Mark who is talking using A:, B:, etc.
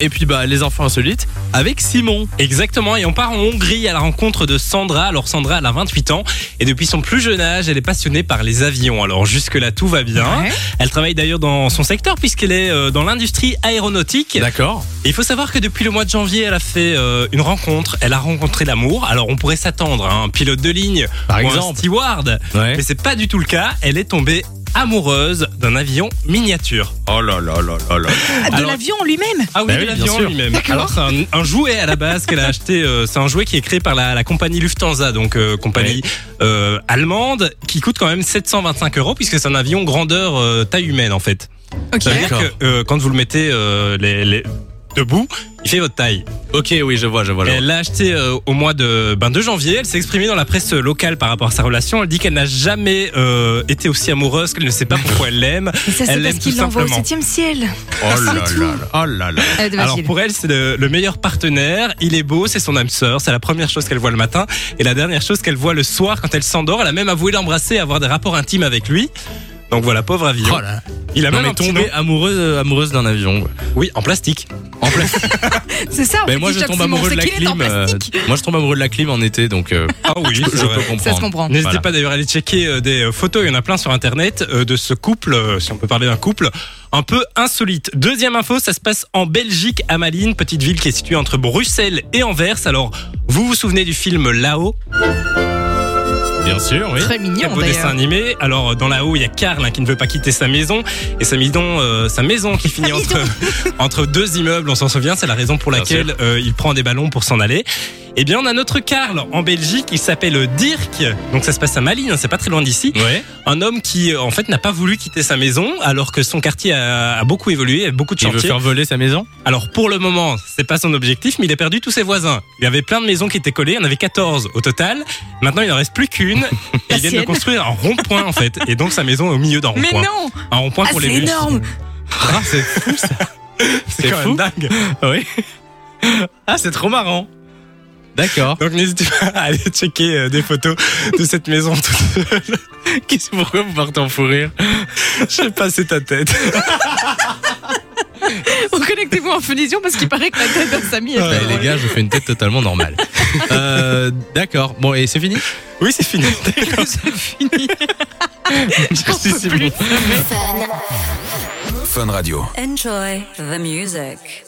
A: Et puis bah les enfants insolites avec Simon.
B: Exactement, et on part en Hongrie à la rencontre de Sandra. Alors Sandra, elle a 28 ans, et depuis son plus jeune âge, elle est passionnée par les avions. Alors jusque-là, tout va bien.
C: Ouais.
B: Elle travaille d'ailleurs dans son secteur, puisqu'elle est euh, dans l'industrie aéronautique. Et
A: D'accord.
B: il faut savoir que depuis le mois de janvier, elle a fait euh, une rencontre, elle a rencontré l'amour. Alors on pourrait s'attendre à un pilote de ligne,
A: Par
B: ou un
A: exemple.
B: steward, mais c'est pas du tout le cas. Elle est tombée amoureuse d'un avion miniature.
A: Oh là là là là là.
C: Ah, de
B: Alors-
C: l'avion en lui-même
B: Ah oui,
A: Bah
B: de
A: oui, bien
B: l'avion
A: sûr.
B: lui-même. Alors c'est un, un jouet à la base qu'elle a acheté. euh, c'est un jouet qui est créé par la, la compagnie Lufthansa, donc euh, compagnie euh, allemande, qui coûte quand même 725 euros puisque c'est un avion grandeur euh, taille humaine en fait.
C: Ok.
B: Ça veut dire
A: D'accord.
B: que euh, quand vous le mettez euh, les, les- debout, il fait votre taille.
A: Ok oui je vois je vois. je vois.
B: Elle l'a acheté euh, au mois de, ben, de janvier. Elle s'est exprimée dans la presse locale par rapport à sa relation. Elle dit qu'elle n'a jamais euh, été aussi amoureuse, qu'elle ne sait pas pourquoi elle l'aime.
C: Et ça, c'est
B: Elle l'aime
C: parce
B: tout
C: qu'il l'envoie au
B: simplement.
C: 7 ciel.
A: Oh là là là. Oh là là.
C: Euh, de
B: Alors
C: Basile.
B: pour elle, c'est le, le meilleur partenaire. Il est beau, c'est son âme sœur. C'est la première chose qu'elle voit le matin et la dernière chose qu'elle voit le soir quand elle s'endort. Elle a même avoué l'embrasser, et avoir des rapports intimes avec lui. Donc voilà, pauvre avion.
A: Oh là.
B: Il a
A: Non
B: même
A: mais
B: un petit
A: tomber amoureuse euh, amoureuse d'un avion. ouais.
B: nom- Oui, en plastique.
A: En plastique.
C: C'est ça, en
A: mais
C: fait,
A: moi
C: dit
A: je
C: Jacques
A: tombe
C: Simon,
A: amoureux
C: c'est
A: de la
C: qu'il est en
A: clim. euh,
C: plastique.
A: moi je tombe amoureux de la clim en été donc euh,
B: Ah oui,
A: je peux comprendre.
C: Ça se comprend.
B: N'hésitez
A: Voilà.
B: pas d'ailleurs à aller checker euh, des euh, photos, il y en a plein sur internet, euh, de ce couple, euh, si on peut parler d'un couple, un peu insolite. Deuxième info, ça se passe en Belgique, à Malines, petite ville qui est située entre Bruxelles et Anvers. Alors, vous vous souvenez du film Là-haut
A: Bien sûr oui.
C: Très mignon
B: beau dessin
C: d'ailleurs.
B: animé. Alors euh, dans la haut, il y a Karl hein, qui ne veut pas quitter sa maison et sa maison, euh, sa maison qui finit
C: maison.
B: entre entre deux immeubles. On s'en souvient, c'est la raison pour
A: Bien
B: laquelle euh, il prend des ballons pour s'en aller. Eh bien, on a notre Karl en Belgique. Il s'appelle Dirk. Donc ça se passe à Malines, hein, c'est pas très loin d'ici.
A: Ouais.
B: Un homme qui euh, en fait n'a pas voulu quitter sa maison alors que son quartier a, a beaucoup évolué, a beaucoup de
A: Il veut
B: chantiers.
A: faire voler sa maison.
B: Alors pour le moment, c'est pas son objectif, mais il a perdu tous ses voisins. Il y avait plein de maisons qui étaient collées, il y en avait 14 au total. Maintenant, il n'en reste plus qu'une. Et il vient
C: La
B: de
C: sienne.
B: construire un rond-point en fait. Et donc sa maison est au milieu d'un
C: Mais
B: rond-point.
C: non
B: Un rond-point
C: ah,
B: pour
C: C'est
B: les bus.
C: énorme
A: Ah, c'est fou ça.
B: C'est
A: C'est
B: quand
A: fou.
B: même dingue.
A: Oui. Ah c'est trop marrant. D'accord.
B: Donc n'hésitez pas à aller checker euh, des photos de cette maison. toute-
A: Qu'est-ce- Pourquoi vous partez en fou rire
B: Je sais pas, c'est ta tête.
C: Reconnectez-vous en finition parce qu'il paraît que la tête d'un Samy est
B: Ouais,
C: très
A: Eh, Les
C: drôle.
A: gars, je fais une tête totalement normale. Euh, D'accord. Bon, et c'est fini
B: Oui, c'est fini.
C: C'est fini.
A: Merci
C: peux plus.
D: Enjoy the music.